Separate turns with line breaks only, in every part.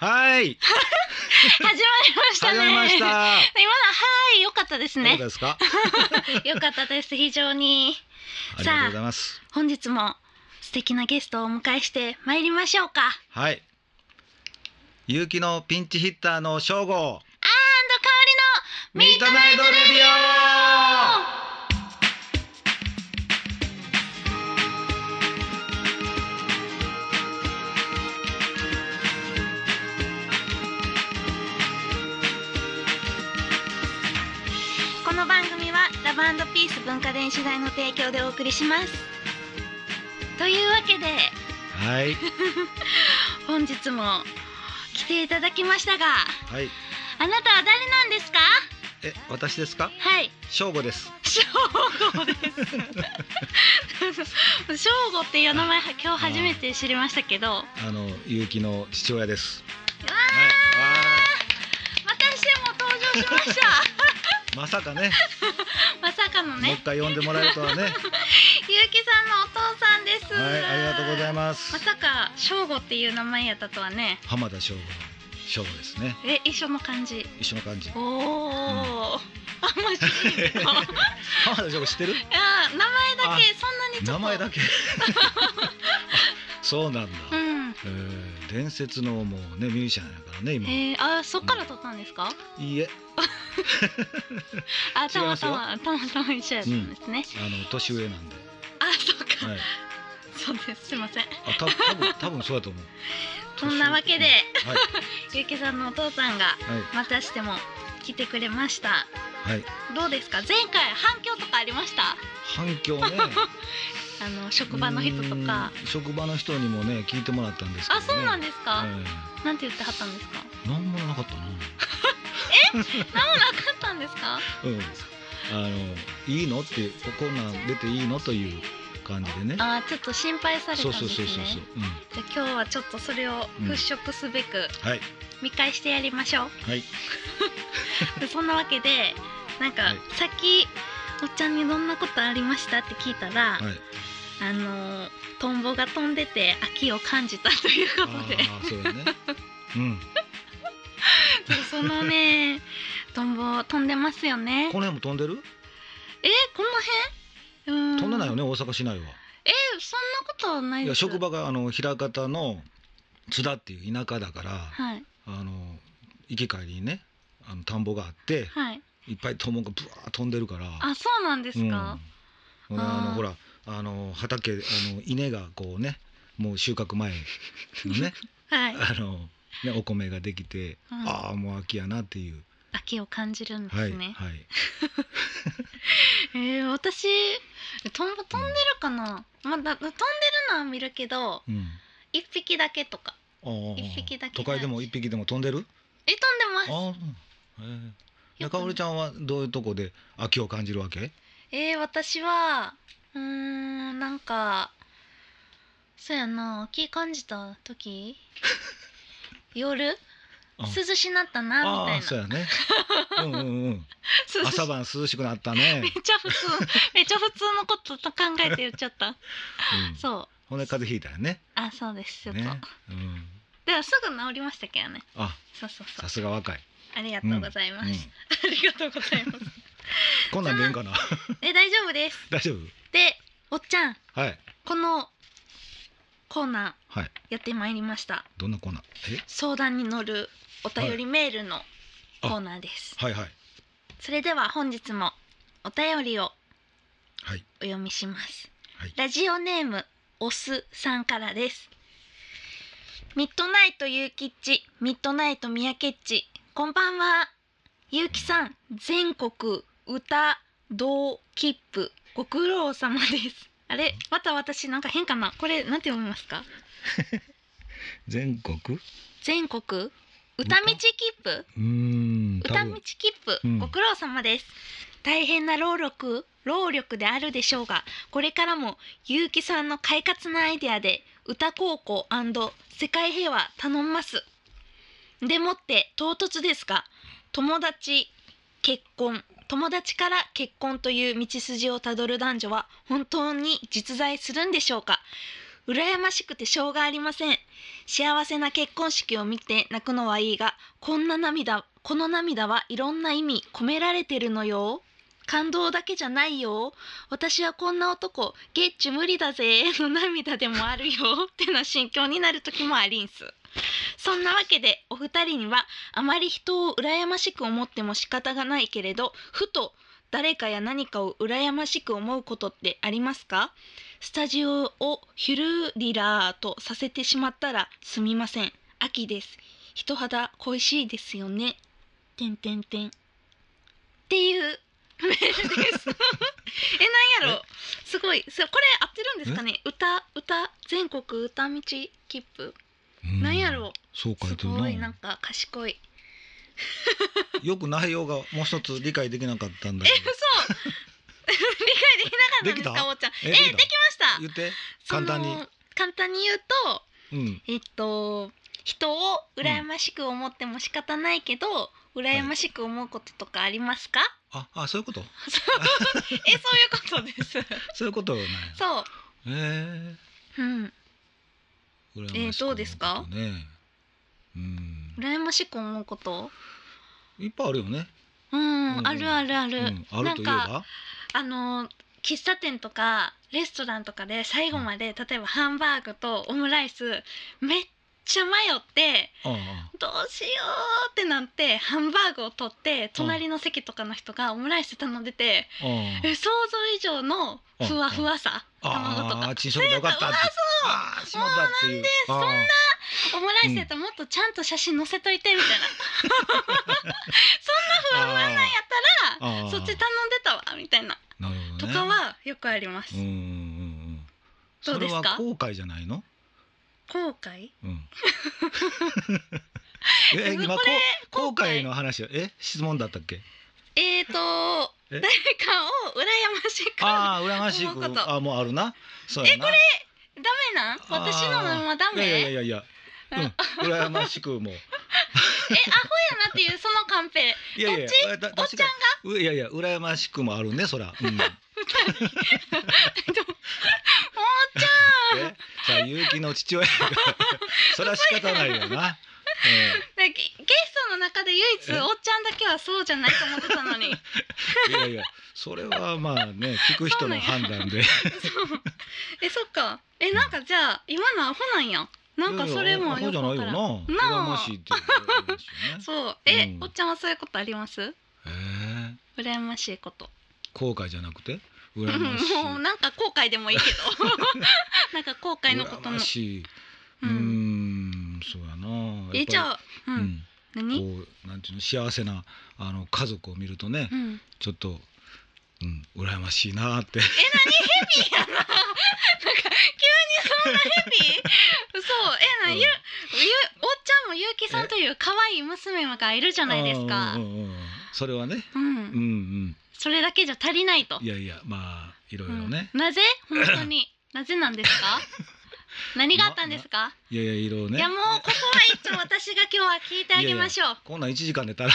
はい。
始まりましたね。
始まりまし
今のは
た。
い、良かったです
どう
ね。
で すか。
良かったです。非常に。
ありがとうございます。
本日も素敵なゲストをお迎えして参りましょうか。
はい。結城のピンチヒッターの正吾。
アンド香りのミート
ナイトレディ
この番組はラブピース文化電子台の提供でお送りします。というわけで
オ。はい。
本日も来ていただきましたが、
はい。
あなたは誰なんですか？
え、私ですか。
はい。
正吾です。
正吾です。正吾っていう名前今日初めて知りましたけど、
あの、結城の父親です。
わ
はい。
またしても登場しま した。
わーまさかね、
まさかの
もう一
ね、
回呼んでもらえると はね。
ゆうきさんのお父さんです。
はい、ありがとうござい
ま
ます
ま。さか正吾っていう名前やったとはね、
浜田正吾。正吾ですね。
え一緒の感じ。
一緒の感じ。
おお、あん ま知らない
浜田正吾知ってる。
いや名前だけそんなにちょっと
名 前だけあそうなんだ、
うん。
えー伝説のもうねミュージシャンやからね今い
えー、あそっから撮ったんですか？
いえ
あた
違いま
ますた
よ
またまたま一緒やったんですね。
あの年上 なんで、
あそっか、
はい、
そうですすいません。
あた多分多分そうだと思う
そんなわけで
年上
ゆうきさんのお父さんが
うんはい
またしても来てくれました。
はい、はい、
どうですか前回反響とかありました
反響ね
あの 職場の人とか
うん職場の人にもね聞いてもらったんですけど、
あ
ね、
そうなん
で
ですか、なんて言ってはったんですか
何もなかったな
何もなかったんですか
うんあのいいのってここなん出ていいのという感じでね
あーちょっと心配されたん
そう
です
そう
ね
そうそうそう、う
じゃあ今日はちょっとそれを払拭すべく
ん、はい
見返してやりましょう、
はい
でそんなわけでなんか
はい
さっきおっちゃんにどんなことありましたって聞いたら、
はい
あのートンボが飛んでて秋を感じたということで
ああそうだね。うん。
そのねトンボ飛んでますよね
この辺も飛んでる？
えこの辺うーん
飛んでないよ
ね
ね大阪市内は。
えそんなことはない
い
で
や
す
職場があの平方の津田っていう田舎だから、
はい
あの行き帰りにね、あの田んぼがあって、
はい
いっぱいトンボがぶわー飛んでるから。
あそうなんですか、
うん。ほら
あ
あの
ー
ほらあの畑あの稲がこうね、もう収穫前のね、
はい
あのねお米ができて、
うん
ああもう秋やなっていう。
秋を感じるんで
は
す
い
ね、
はい。
えー私トンボ飛んでるかな、まだ飛んでるのは見るけど
うん。
一匹だけとか
あー
一匹だけ
都会でも一匹でも飛んでる？
え飛んでます
ああ、え
よ
え。
く
かおるちゃんはどういうとこで秋を感じるわけ？
えー私はうーんなんかそうやな秋感じた 時夜
あ
涼しなったなみた
あ
い
あ、
な
そうやね。うんうんうん。
涼し
朝晩涼しくなったね
め。っちゃ普 通めっちゃ普通のことと考えて言っちゃった
う ん、
そう
ほんで風邪ひいたよね。
あそうですちょっと、
ね。うん。
でもすぐ治りましたけどね
あ、
そうそうそ
さ
う
すが若い。
ありがとうございます、
うん
ありがとうございます
こんなんでいいんかな。
え大丈夫です
大丈
でおっちゃん
夫？はい
このコーナ
はい。
ーやってまいりました
どんなこんなん？え？
相談に乗るお便りメールのコーナーです、
はいはい
それでは本日もお便りを
はい
お読みします、
はい
ラジオネームおすさんからですミッドナイトゆうきっちミッドナイトみやけっちこんばんはゆうきさん全国歌道切符ご苦労様ですあれまた私なんか変かなこれなんて読みますか
全国？
全国歌道切符
うーん。多
歌
分
道切符、
うん
ご苦労様です大変な労力労力であるでしょうがこれからも結城さんの快活なアイデアで歌高校世界平和頼みますでもって唐突ですが友達結婚友達から結婚という道筋をたどる男女は本当に実在するんでしょうか羨ましくてしょうがありません幸せな結婚式を見て泣くのはいいがこんな涙この涙はいろんな意味込められてるのよ感動だけじゃないよ私はこんな男ゲッチュ無理だぜの涙でもあるよってな心境になる時もありんすそんなわけでお二人にはあまり人を羨ましく思っても仕方がないけれどふと誰かや何かを羨ましく思うことってありますかスタジオをヒュルリラーとさせてしまったらすみません秋です人肌恋しいですよねてんてんてんっていうメールです えなんやろすごいそうこれ合ってるんですかね歌歌全国歌道切符
うん
なんやろう
そう書いて
す
る
ご
ない
なんか賢 い。
よく内容がもう一つ理解できなかったんだけ
嘘 理解できなかったんですか、おー
で
ちゃん。
え
え、
で
で
き
きま
た
した
ど。言って
その
簡単に。
簡単に言うと、
うん
えっと、人を羨ましく思っても仕方ないけど、羨ましく思うこととかあります か？
ああそういうこと
え、そういうことです。
そういうことなんや
そう。
え
うん、
え
えーどうですか
ねうん
羨ましく思うこと、
いっぱいあるよね
うん、
うん
あるあるある、
うんあるといえ
なんか
ば
あの喫茶店とかレストランとかで最後まで例えばハンバーグとオムライスめっちゃ迷って
ああ
どうしようってなってハンバーグを取って隣の席とかの人がオムライス頼んでて、
ああ
え想像以上のふわふわさ、 卵と
あ
か
あ、沈んでよかったって。 ああ、沈んだっていう。ああ
オムライスやったらもっとちゃんと写真載せといてみたいな、 や
あ
った
あ
らそっち頼んでたわみたいな、
なるほど
と
ね。
かはよくあります、
うんうんうん。
ど
そうれ
です
は
か
後悔じゃないの？
後悔
うん。え、今こ後悔の話をえ質問だったっけ？
えーと
え
誰かを羨ましくダ
ああ、羨ましく
思うこと
あもうあるな。そうやな。
メなん私のままダ
いやいやい
メ
やいや。うん、羨ましくも。
えアホやなっていうそのカンペ
いやいや、ど
おっちゃん
が。いやいや、羨ましくもあるね、そら。 うん。
おっちゃん
え、さあ、ゆうきの父 親やから。それは仕方ないよな。
だゲゲストの中で唯一
え
おっちゃんだけはそうじゃないと思ってたの に
うん、いやいや、それはまあね、聞く人の判断で。
えそっかえなんかじゃあ今のアホなんやなんかそれも
い
よ
やい
く
やアホ
わ
じ
からん
ゃないよな。
なあ
羨ましいって言うことですよね。
そうえ、
うん
おっちゃんはそういうことあります
へえ
羨ましいこと
後悔じゃなくて、羨
うん
ましい。
もうなんか後悔でもいいけど なんか後悔のこと
羨
も
ましい。う
う
ー
ん、
ん、そうやな。
えじゃあう、
うんん、こ
何
うなんていうの幸せなあの家族を見るとね
う、ん
ちょっとうん羨ましいなーって。
ヘビーやな。なんか急にそんなヘビー。嘘。えな、
うん
ゆゆおっちゃんもゆうきさんという可愛い娘がいるじゃないですか
う。んうんうんそれはね、
う。
うんうんん、
それだけじゃ足りないと。
いやいやまあいろいろ
うん
ね、
なぜ本当 になぜなんですか。何があったんですか。
いやいやいろいろ
い
ね
や。もうここは一応私が今日は聞いてあげましょう。
こんなん一時間でたら。
ま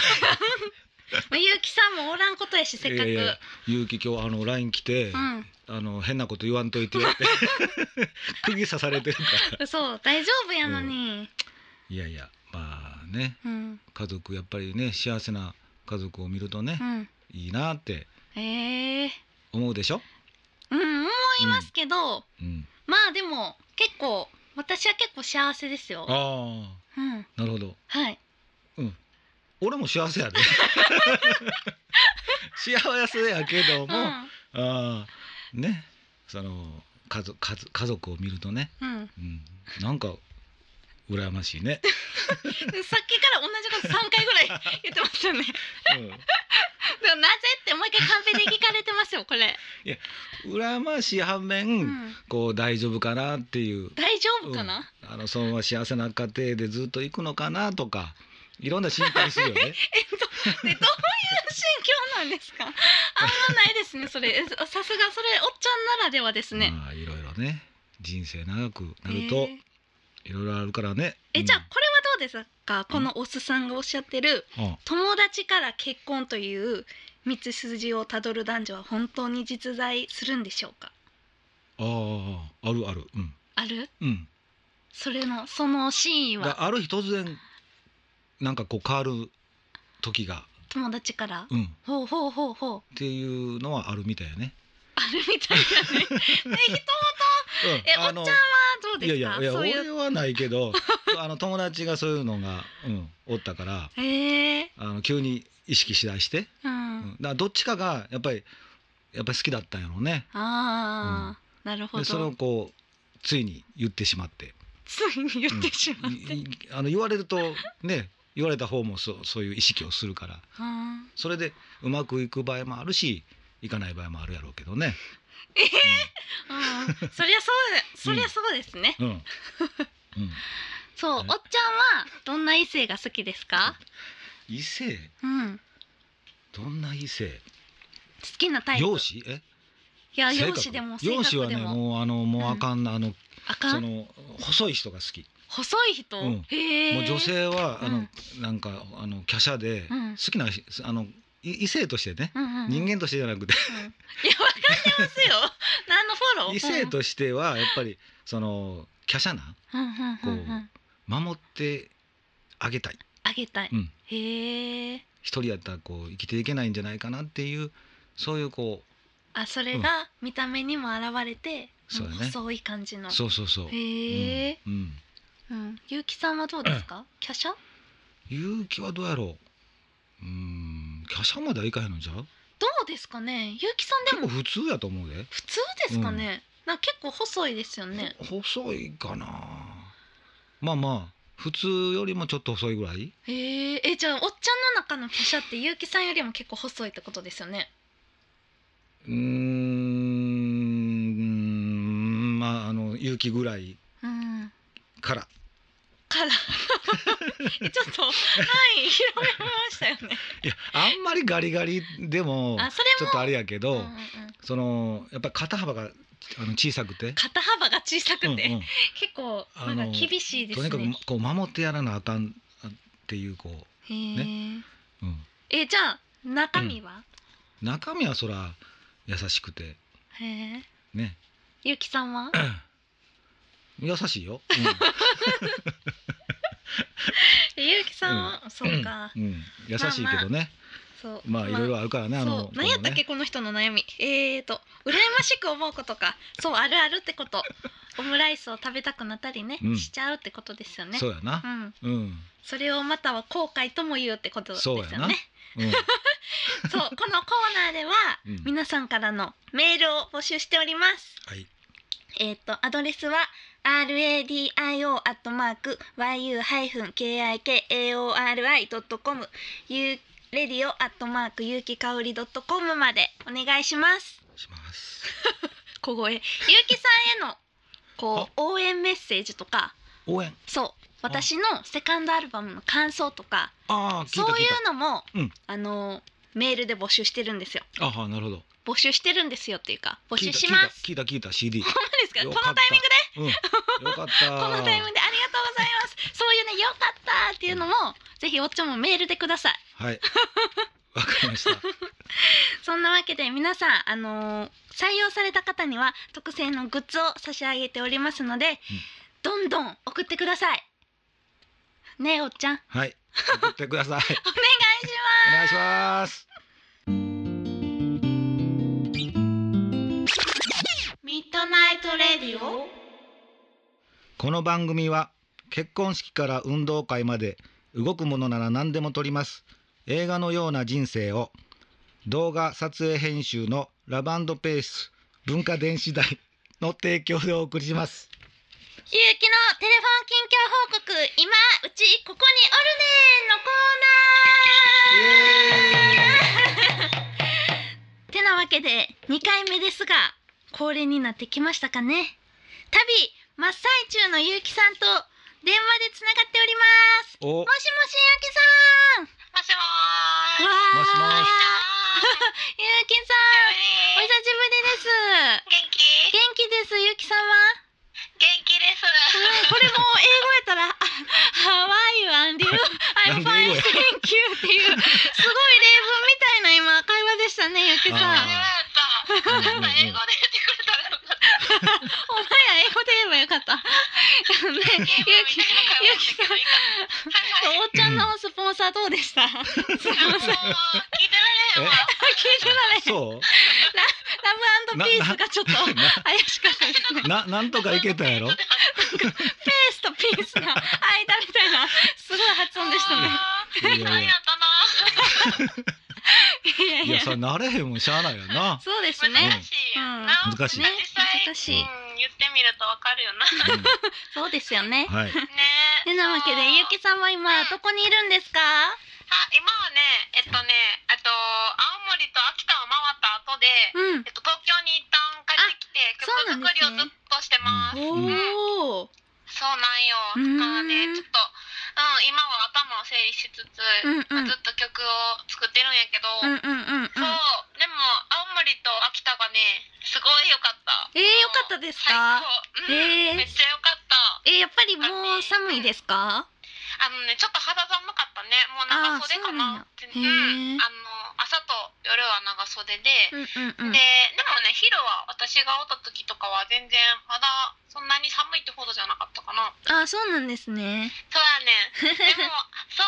あゆうきさんもおらんことやしせっかく。
いやいやゆうき今日あの LINE 来て、
うん。
あの変なこと言わん といてって釘刺されてるから
嘘。大丈夫やのに。
いやいやまあね
うん。
家族やっぱりね幸せな家族を見るとね
う、ん。
いいなって
ええー。
思うでしょ、
うん思いますけど。
うん、
まあでも結構私は結構幸せですよ。
あ
うん、
あなるほど
はい。
俺も幸せ やで幸せやけども、ああねその家族家族家族を見るとね、
うん、うん。
うん、なんか羨ましい
さ
ね、
っきから同じこと三回ぐらい言ってますよね。
うん
でもなぜってもう一回カンペで聞かれてますよこれ。
羨ましい反面、
うん。
こう大丈夫かなっていう、
大丈夫かな？
うんあのそのまま幸せな家庭でずっと行くのかなとかいろんな心配する よね
でどういう心境なん ですか？あんまないですねそれ。えさすがそれおっちゃんならではですね。
まあいろいろね人生長くなると
えー
いろいろあるからね
えじゃあこれはどうですか？このおっさんがおっしゃってる
うんうん
友達から結婚という道筋をたどる男女は本当に実在するんでしょうか
あああるあるうん
ある
うん、
それのそのシーン
だ
は
ある日突然なんかこう変わる時が、
友達から、
うん、っ
ほうほうほうほう
ていうのはあるみたいやね。
あるみ たいだねえ人はえ
うん、あの
おっちゃんはどうですか
いやいやいや
そういう
俺はない けどあの友達がそういうのが、うん、おったから
ええ
あの急に意識しだして、
う
うん
ん、
だからどっちかがやっぱりやっぱり好きだったんやろうね。
ああ、なるほ
でそれを
ど
こうついに言ってしまって
ついに言ってしまって、
いいあの言われるとね言われた方もそうそういう意識をするから
うん
それでうまくいく場合もあるしいかない場合もあるやろうけどね。
うん、そりゃそうだそりゃそうですね、
うん、 うん
そうおっちゃんはどんな異性が好きですか
異性
うん好
どんな異性
きなタイプ
容姿え
いや
性
容
格
姿でも性
容姿
格
は
で
ね
も、
もうあのもうあかんな、あの
あか
そ
ん
の細い人が好き、
細い人、
うん
へえ
もう女性はあの、
うん
なんかあの華奢で、
うん
好きなあのい異性としてね、
うんうんうん、
人間としてじゃなくて
うんいや、わかりますよ。何のフォロー。
異性としてはやっぱりその華奢な
うん。うんうんうんうん
守ってあげたい
あげたい。
うん
へえ。
一人やったらこう生きていけないんじゃないかなっていうそういうこ
あ、それが見た目にも現れて。
そうだ
も
ね
細い感じの。
うそうそうそう、
へえ。
うんうん、
うん、ゆうきさんはどうです か。華奢。
勇気はどうやろううーん華奢まではいかへんのじゃう
どうですかね。ゆうきさん
結
でも。
構普通やと思うで、
普通ですかね。なんか結構細いですよね。
ほ細いかなまあまあ普通よりもちょっと細いぐらい
へえ、え、じゃあ、おっちゃんの中の華奢って、ゆうきさんよりも結構細いってことですよね。
うーんまああの勇気ぐらい
うん。
から
から えちょっと範囲広めましたよね。
いやあんまりガリガリでも
あそ
ちょっとあれやけど、
うんうんうん
そのやっぱり肩幅があの小さくて
肩幅が小さくて、
うんうん
結構なんか厳しいです
と
ね。
にかくまこう守ってやらなあかんあっていうこう、
へえ、
うん、
えじゃあ中身は、
中身はそら優しくて
へえ
ね
ゆうきさんは
優しい よ、
ゆうきさんは、そうか
うんうん優しいけどね、
そう
まあいろいろあるからねあの
そう何やったっけこの人の悩みえーと羨ましく思うことかそうあるあるってことオムライスを食べたくなったりね、
うん
しちゃうってことですよ
こ
ね
そうやな
う、ん
うん
それをまたは後悔とも言うってことですよ
そう
ね
やな、うん、
そうこのコーナーでは、
うん
皆さんからのメールを募集しております
はい
えっ、とアドレスは radio アットマーク yu ハイフン k i k a o r i ドットコム u レディオアットマーク有機香りドットコムまでお願いします。
します
小声有機さんへ のこう応援メッセージとか、
応援
そう私のセカンドアルバムの感想とか、
ああ
そ
聞いうた聞
い
いう
のも、
うん
あのメールで募集してるんですよ。
たああなるほど
募集してるんですよっていうか募
聞
集
いた
します。
聞いた聞いた聞いた CD
ほんまですか？こ
よ
の
かった
タイミングで
うん、よかっ た。
このタイムでありがとうございます。そういうね、よかったっていうのも、ぜひおっちょもメールでください。
はい。わかりました。
そんなわけで、皆さん、あのー採用された方には特製のグッズを差し上げておりますので、どんどん送ってください。ねえ、おっちゃん、お
はい。送ってくだ さい。
願いし
お願いします。
ます。ミッドナイトレディオ。
この番組は結婚式から運動会まで動くものなら何でも撮ります映画のような人生を動画撮影編集のラバンドペース文化電子台の提供でお送りします
ゆうきのテレフォン近況報告、今、うち、ここにおるねんのコーナー。てなわけで、2回目ですが、恒例になってきましたかね。旅、真っ最中のゆうきさんと、電話でつながっております。
お
もしもし、ゆうき
もしも
さん。わ
ーし。
も
ー
しもし
ゆうきさん、お久
元
しぶりです。
気？元
元気です、ゆうきさんは。
気です。
これもう英語やった ら「ハワイア ンデュー I'm
なんで英
fine
語 や
thank you」っていうすごい例文みたいな今会話でしたねゆきさ
あ
ん
やっ
う
た。
んうんうん
英語で言ってくれたらよかった。
お前ら英語でばよか った。ね、ゆう
ゆ
きさん、ゆうきさん、
はいはい。
おっちゃんのスポンサーどうで した。聞いて
あもう聞いてられへんわ。
られん。
そ
ラブピースがちょっと
なな
怪しかったですね。
うななんとかいけたやろ
ペースとピースが間みたいな、すごい発音でした ね。
いやい
い
や
ややったな。
いやい
い
や
やそれなれへんもんしゃあないよな、
そうですね。
難しいよな。
うん難しい
ね
実際、
難しい
うん言ってみるとわかるよな。ね
そうですよね。
はい
てなわけで、ゆうきさんは今どこにいるんですか。
あ、今はね、えっとね、えっと青森と秋田を回った後で、
うん
え。っと東京に一旦帰ってきて、曲
そうなん
作
です
りを
ね
ずっとしてます。
おお。
そうなんよ。
う
だ
ん
からね、ちょっと、うん、今は頭を整理しつつ、
うんうん。うん
まあずっと曲を作ってるんやけど、
うんうんうん。
そう、でも青森と秋田がね、すごい良かった。
えー、よかったです
最
か
高。。
へー
うん、めっちゃ良かった。
えー、やっぱりもう寒いですか。
あのね、ちょっと肌寒かったね。もう長袖か
あー
な。
そう
う
なんやへー
ん、あの朝と夜は長袖で、
うんうんうん。
で、でもね、昼は私がおった時とかは全然まだそんなに寒いってほどじゃなかったかな。
あ、そうなんですね。
そうやねん。でも、そう、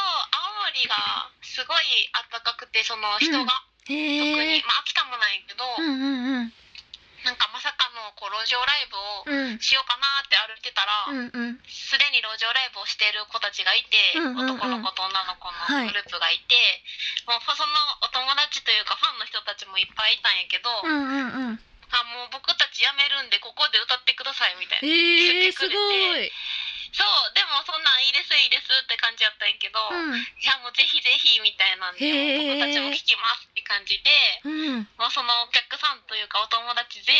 青森がすごい暖かくて、その人が、特
へ
に
え。
まあ秋田もないけど、
うんうんうん。
なんかまさかのこう路上ライブを。
うん。
しようかなって歩いてたら、
うんうん。
すでに路上ライブをしている子たちがいて、
うんうんうん
男の子と女の子
はい
のグループがいて、もうそのお友達というかファンの人たちもいっぱいいたんやけど、
うんうんうん。
あもう僕たちやめるんでここで歌ってくださいみたいな
えー、すごい。
そうでもそんなんいいですいいですって感じやったんやけど、
うん。
いやもうぜひぜひみたいなんで
へー
もう僕たちも聴きますって感じで。
うん。
もうそのお客さんというかお友達全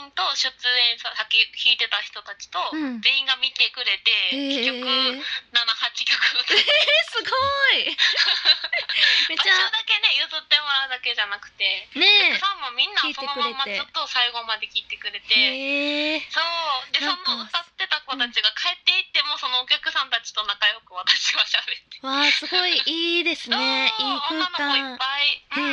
員と出演ささっき弾いてた人たちと
うん
全員が見てくれ
え
て、
ー、え
結局
ー、
78曲歌って
すご い。めっ
場
ち
所
ゃ。
だけね譲ってもらうだけじゃなくて
ね
ファンもみんな
聞いて
そ
くれて
のまんまずっと最後まで聴いてくれ
え。へえ。
て。そうでそ
なんか
の歌ってた子たちが帰っていっても、そのお客さんたちと仲良く私は喋って
わあ、すごいいいですね。
そう
いい空
女
間。
の子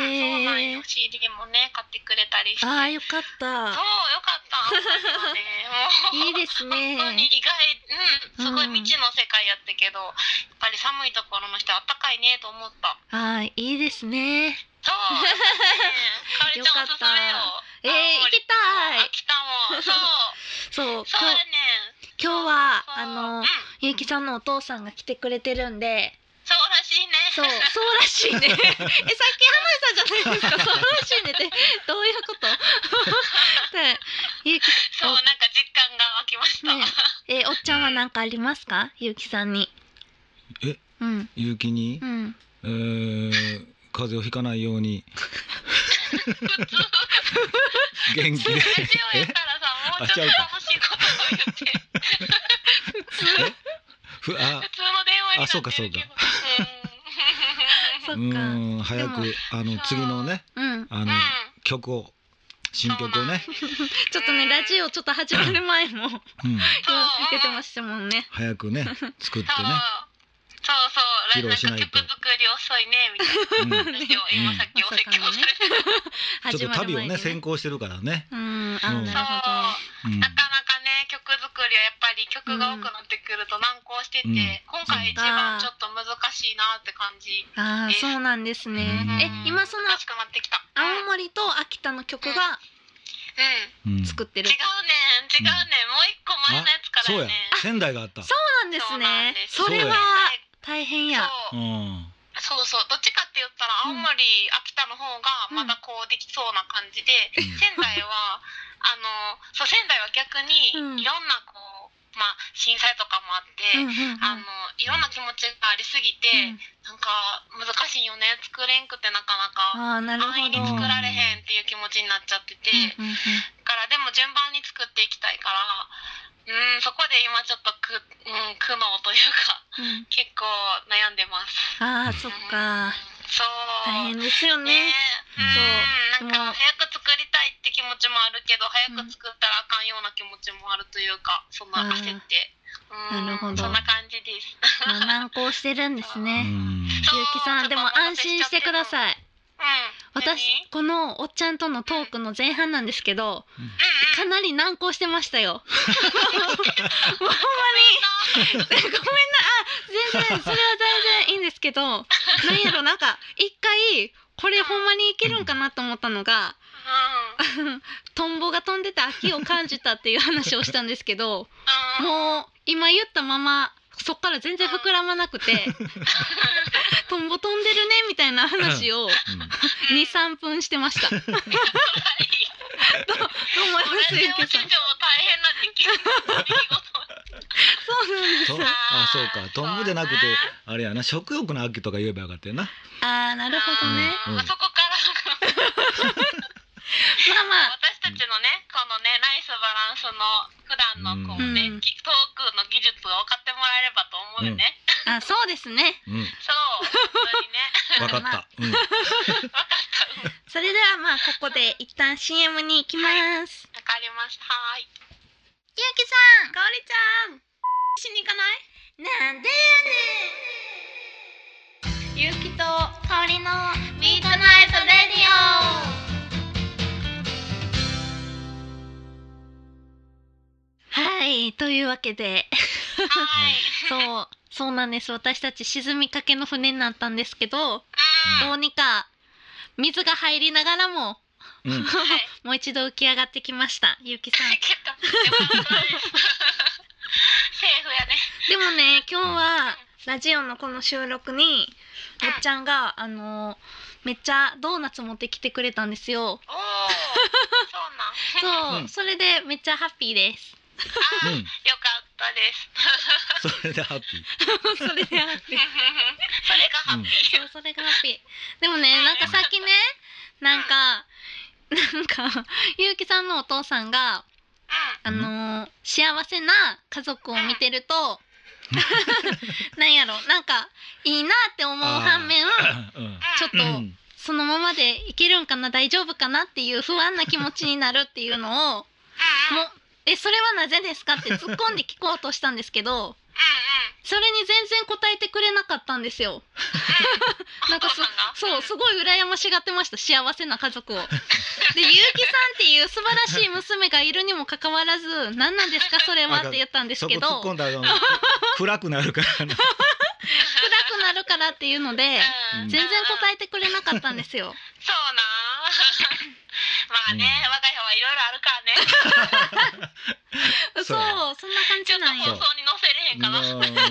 へー
いっぱい、うん、そうなんよ CD もね買ってくれたりして
ああ、よかっ
そう
た。
よかったあのねもう
いいですね。
本当に意外うんすごい
うん
未知の世界やったけど、やっぱり寒いところの人あったかいねと思った
ああ、いいですね。
そうねかおりちゃんおすすめよ
えー、行きたい。
きたい秋田 もそう
そう、
そうやねん
今日今日は、
そう
あ
う
の
ん、
ゆうきさんのお父さんが来てくれてるんで。
そうらしいね
そう、そうらし いね。え、さっき花井さんじゃないですか。そうらしいねって、どういうこと。ね、ゆうき、
そうなんか実感が湧きました、
ねえ、おっちゃんは何かありますか、ゆうきさんに。
え、
うん、
勇気に
う、ん、
えー、風邪をひかないように元気で
ラジオやからさもうちょっと楽しいことを言って
ふあ
普通の電話になってるけど
あそうかそうか
そっか
う、ーん早
で
くあの
そう
次のね
うん、
あ
うん、
の
うん
曲を新曲をね、
ちょっとね、ラジオちょっと始まる前も、言
うん、
出てましたもんね。
早くね作って
そうそうそう
披露しないと
んか曲作り遅いねみたいな
ね、うん、
話を今さっきお説教されて、
ちょっ
始
と
まる
旅を
前に
ね
ね。
先行してるからね、
うん、あ、
うん
な
そう
るほど。
うん
なかなかね曲作りはやっぱり曲が多くなってくると難航してて、
うん
今回一番ちょっと難しいなって感じ、
ああ、
です
そうなんですね。
うん
え、今その
難しくなってきた
青
うん、うん、
森と秋田の曲が
うん、
作ってる。
違うねん違うねん、もう一個前のやつか
そう
ら
や
やね
仙台があった
そうなんですね。そ
そう
れ
や
は
はい
大変や。
う
そうんそうそうどっちかって言ったら青
うん
森、秋田の方がまだこうできそうな感じで、
うん
仙台は あのそう仙台は逆
うん
にいろんなこう、まあ、震災とかもあって、
うんうんうん
あのいろんな気持ちがありすぎて、なんか難しいよね作れんくてなかな
うん
か
ああ、なるほ
安易に
ど。
作られへんっていう気持ちになっちゃってて、
うんうんうん
だからでも順番に作っていきたいからうんそこで今ちょっとく、うん、苦悩というか
うん
結構悩んでます
ああ、そっか。
そう
大変ですよね
ね。
そう
うんなん
もう
か早く作りたいって気持ちもあるけど早く作ったらあかんような気持ちもあるというかそんな焦ってうん
なるほど
そんな感じです
まあ難航してるんです
う
ね。
ん
ゆうきさん、でも安心してください。
うん
私このおっちゃんとのトークの前半なんですけど
うん
かなり難航してましたよもうほんま
うん。
にごめんなあ全然それは全然いいんですけどなんやろなんか一回これほんまにいけるんかなと思ったのが
うん。
トンボが飛んでて秋を感じたっていう話をしたんですけど
うん。
もう今言ったままそっから全然膨らまなく てトンボ飛んでるねみたいな話を
うん
二三分して ました。どう思いま
ラ
す
ジ
ゆ
オ
き
史
さん。
上大変な出 来事。
そうなんです。
とあそうかトンボじゃなくてあれやな食欲の秋とか言えばよかったよな
ああなるほどね。
あーまあそこから
まあまあ。
私たちのねこのねナイスバランスの普段のこうね、
うん
ぎトークの技術を分かってもらえればと思うよね、
あそうですね。
うん
そう 本当にね
わかったうん
分かったうん
それではまあここで一旦 CM に行きます。
わかりましたは
ゆ
い
きさん、かおりちゃん、しに行かない？なんでやねん。ゆきとかおりのミートナイトレディオ。はいというわけ で。
はい
そう、そうなんです。私たち沈みかけの船になったんですけど、
うん
どうにか水が入りながらも、
うん
はい
もう一度浮き上がってきました。ゆうきさん
だ。けどでも本当にセーフやね
でもね、今日はラジオのこの収録に、おっちゃんがあのめっちゃドーナツ持ってきてくれたんですよ。
おおそうなん
そう、
うん
それでめっちゃハッピーです。
あー、
うん
よかったです
それでハッピ
それでハッ
そ
ピ
れ
ー
が。ハッピー、
そうそれがハッピーでもねなんかさっきねなんかなんかゆうきさんのお父さんが
う
あのー幸せな家族を見てるとなんやろなんかいいなって思う反面
ーうん
ん
ちょっと
う
うん
ん
そのままでいけるんかな大丈夫かなっていう不安な気持ちになるっていうのを「もうえそれはなぜですか?」って突っ込んで聞こうとしたんですけどそれに全然答えてくれなかったんですよ。 な
な
んん
か
かそ
そそ
そうう
そ
す
う
ごい羨ましがってました幸せな家族を。でゆうきさんっていう素晴らしい娘がいるにもかかわらず「何なんですかそれは」って言ったんです
そこ
け
突っ
ど
込んだらあの暗くなるからな
暗くなるからっていうので
う
うんん、
全然答
え
えてくれなかったんですよ。
そうな まあね、
うん
我が家はいろいろあるからね
そうそ
そ
ん
う
な感
ち
じ
ょっと
なん
放
よ。
送に載せれへんかな
う
そうん
そうや
あ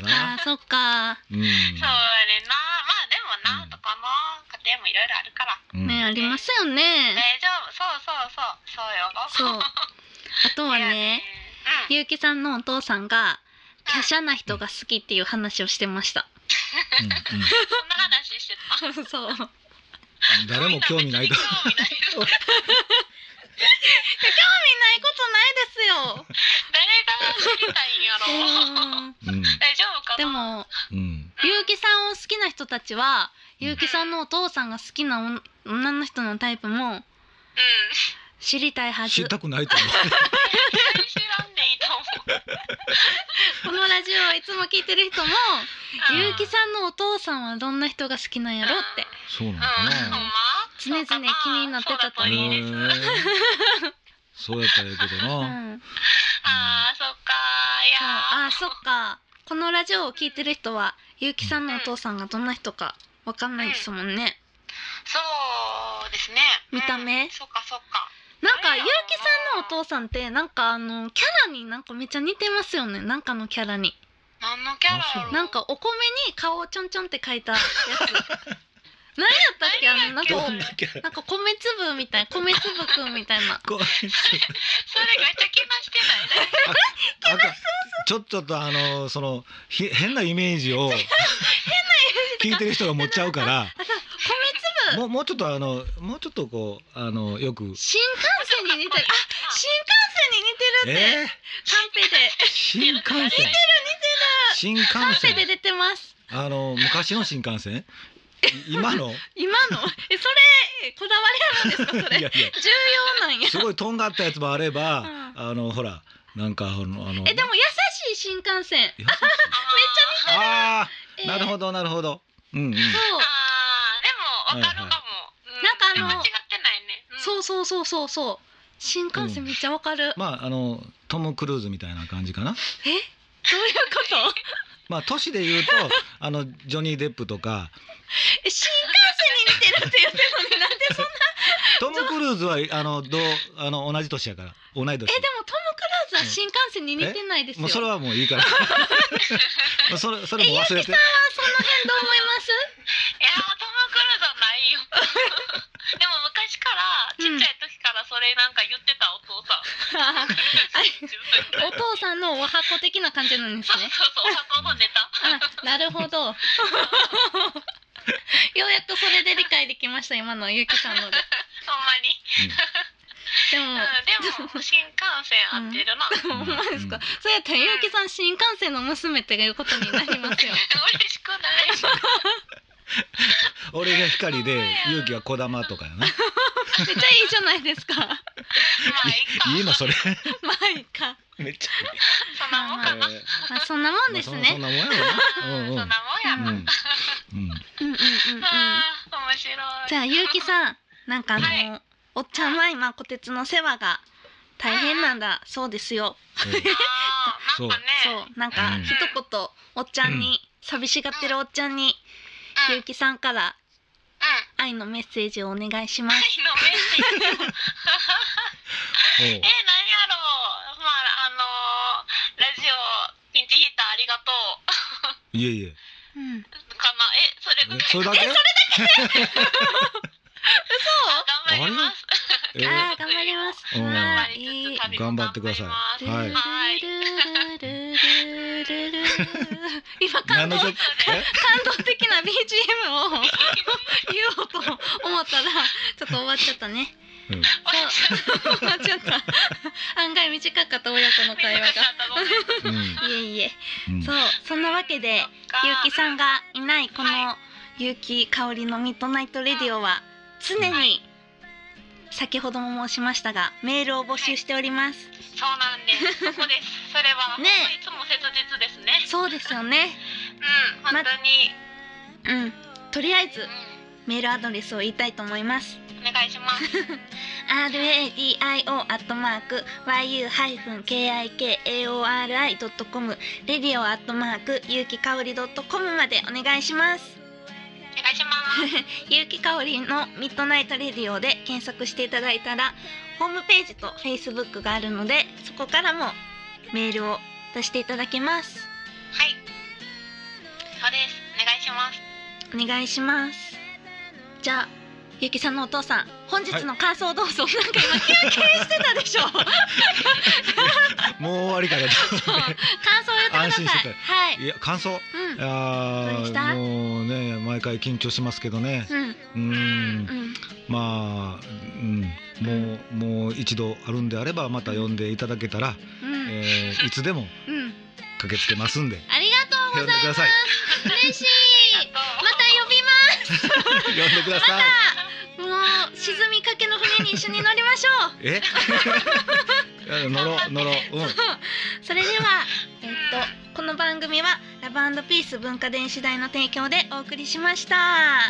な
ーそっか
うん
やねんなまあでもな
うん
んとかの家庭もいろいろあるから
うん
ねありますよね。
大丈夫そうそうそうそうよ
そうあとはね
いやね
ゆうきさんのお父さんが華奢な人が好きっていう話をしてました。
うんうん
うんそんな話してた
そう
誰も興味ないと
みんな別に興味ない
ない ことないですよ。
誰が知りたいん やろ
うん
大丈夫かな
でも
うん
ゆうきさんを好きな人たちはゆうきさんのお父さんが好きな女女の人のタイプも
うん
知りたいは
知
ず
りたくないと思
知らんでいいと思う。
このラジオをいつも聞いてる人も
うん
ゆうきさんのお父さんはどんな人が好きなんやろって
うそうなの
うん、
か
ほ
なん
ま。
常々気になってたと
そうだといいです。
へーそうやったらええけど
う
な。
ん
ああ、そっかー、い
そう
やー。
あそっかこのラジオを聞いてる人はゆうきさんのお父さんがどんな人かわかんないですもんね
そうですね。
見た目
うんそっか、そっか。
なんかゆうきさんのお父さんってなんかあのキャラになんかめっちゃ似てますよねなんかのキャラに
何のキャラやろ
なん。かお米に顔をちょんちょんって書いたやつ 何やったっけあのなんか
どんなキャラ。
なんか米粒みたい米粒くんみたいな
こう
それめっちゃ気なしてないね。
あかんちょっとちょっとあのそのひ変なイメージ を聞いてる人が持っちゃうから、
米粒
もうもうちょっとあのもうちょっとこうあのよく
新幹線に似てるあ新幹線に似てるって、
えー、
カンペで
新幹線。新幹
カンペで
線。
出てます
あの昔の新幹線。い今の。
今のえそれこだわりあるん ですかそれ
いやいや。
重要なんや
すごいとんがったやつもあれば、
うん
あのほらなんかあのあの
えでも優しい新幹線
いやそうそう
めっちゃ。
あ
え
あ
ー
なるほどなるほどうんうん
そう
ああ、でも、わかるかも。
あの
間違ってないね、うん、
そうそうそうそうそう新幹線めっちゃわかる、えどういうこ
まああのトム・クルーズみたいな感じかな
と
まあ年で言 うとあのジョニー・デップとか
え新幹線に似てるって言ってるのになんでそんな
トム・クルーズはあのどうあの同じ年やから同い年
えでもトム・クルーズは新幹線に似てないですよ、
もうそれはもういいから もうそれそれ
え
も
ゆうきさんはその辺どう
忘れて
思います
いやートム・クルーズはないよ でも昔からちっちゃい時からそれなんか言ってたお父さん、
あ
自分で
お父さんのお箱的な感じなんです
そう
ね。
そうそうお箱のネタ
あ、なるほど。ようやくそれで理解できました今のゆきさんので。
ほんまに、
で
う
も
ん、、でも新幹線合ってるな、
ん
ほんまですか。
うん
そうやったらゆきさん新幹線の娘っていうことになりますよ。
嬉しくない
俺が光で勇気は児玉とかや
め
な
っちゃいいじゃないですか。
まあいいか
いいのそれ
まあいいか。
めっち
そんなもん
ゃ
か
いい、
な、
えー
まあ そんなもんです
まあそんそん
ね。
なもんやろ
そんなもんや
な
な、
うんうんう
う
んうん
んうんうんうん。
あー面白い
じゃあゆうきさん、なんかあの、
は
おっちゃんは今こてつの世話が大変なんだそうですよ。
そう
あーなんかね
そうなんか
うん
一言おっちゃんに、寂しがってるおっちゃんに、
うん、
ゆうきさんから
うん
愛のメッセージをお願いしま
愛
す。
のメッセー ジ
おう
えー、なんやろうまああのーラジオピンチヒーターありがとう
いえいえ
うん、
かなえそれぐらい
それだけ
頑張ります
えー
あー頑張ります。
うん
頑
わあ
張
い
り
い
つつ。旅も
頑張ってください
頑張りますはい
今感
何
動
の
感
曲
動的な BGM を言おうと思ったらちょっと終わっちゃったね。
え、うん、
そう終わっちゃった。案外短かった親子の会話
短か
が。
ったごめんそ
う
っ
ん
いえいえ。
うん
そう、そんなわけで、ゆう
か
きさんがいないこの
は
ゆうきかおりのミッドナイトレディオは常に先ほども申しましたがメールを募集しております。
そうなんですそこですそれは、
ね
いつも切実ですね
そうですよね。
うん本当に、
うん。とりあえず
う
メールアドレスを言いたいと思います。
ん、お願いします
r a d i o アットマーク y u ハイフン k i k a o r i ドットコムレディオアットマークゆうきかおりドットコムまでお願いします。
お願い します
ゆうきかおりのミッドナイトレディオで検索していただいたらホームページとフェイスブックがあるのでそこからもメールを出していただけます
はいそうですお願いします
お願いしますじゃあゆうきさんのお父さん本日の感想をどうぞ、なんか今休憩してたでしょ そう
もう終わりかな
感想を言ってください
安心してた
はい
いや感想
うんどう
あ
でし
あ
た
もうね毎回緊張しますけどね
うん
う
う
ん
ん
まあ、うん、もうもう一度あるんであればまた呼んでいただけたら、
うん、
えーいつでも
うん
駆けつけますんで
ありがとう
呼んでください
嬉しい
ありがとう
また呼びま
呼んでください
すもう沈みかけの船に一緒に乗りましょう
え いや乗ろう乗ろう、うん、
それでは、えっと、この番組はラブピース文化電子代の提供でお送りしました。
は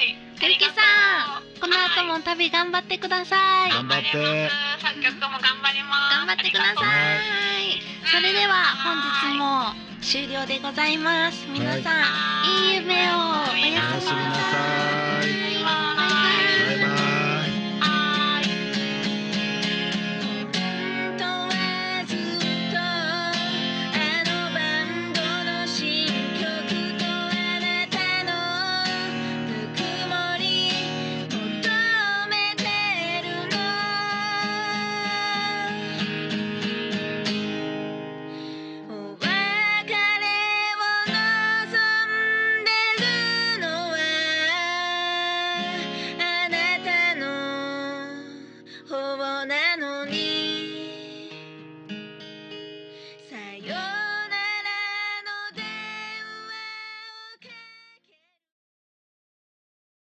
ーい
ゆきさん、この後も旅頑張ってください。
頑張って
作曲も頑張ります
頑張ってください
ありがとう。
それでは、本日も終了でございます。皆さん、いい夢をおやすみな
おやすみな
さい。
さい